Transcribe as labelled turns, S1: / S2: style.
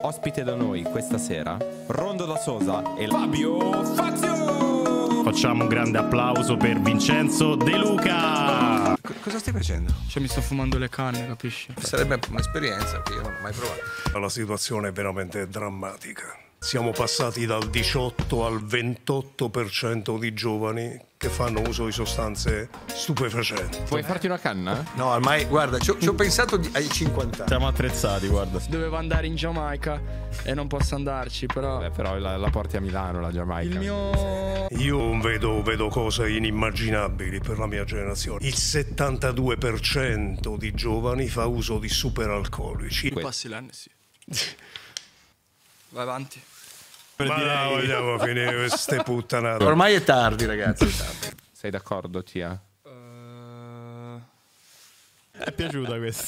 S1: Ospite da noi questa sera, Rondo da Sosa e Fabio Fazio!
S2: Facciamo un grande applauso per Vincenzo De Luca.
S3: Co- cosa stai facendo?
S4: Cioè, mi sto fumando le canne, capisci?
S3: Sarebbe un'esperienza che io non ho mai provato.
S5: La situazione è veramente drammatica. Siamo passati dal 18 al 28% di giovani che fanno uso di sostanze stupefacenti.
S1: Vuoi farti una canna?
S3: No, ormai, guarda, ci ho, ci ho pensato di- ai 50 anni.
S2: Siamo attrezzati, guarda.
S4: Dovevo andare in Giamaica e non posso andarci, però.
S1: Beh, però la, la porti a Milano, la Giamaica.
S4: Il mio.
S5: Io vedo, vedo cose inimmaginabili per la mia generazione. Il 72% di giovani fa uso di superalcolici.
S1: Que-
S4: Passi l'anno, sì. Vai avanti.
S5: Ma no, vogliamo finire queste puttanate.
S3: Ormai è tardi, ragazzi. è tardi.
S1: Sei d'accordo, Tia?
S4: Eh,
S2: È piaciuta questa.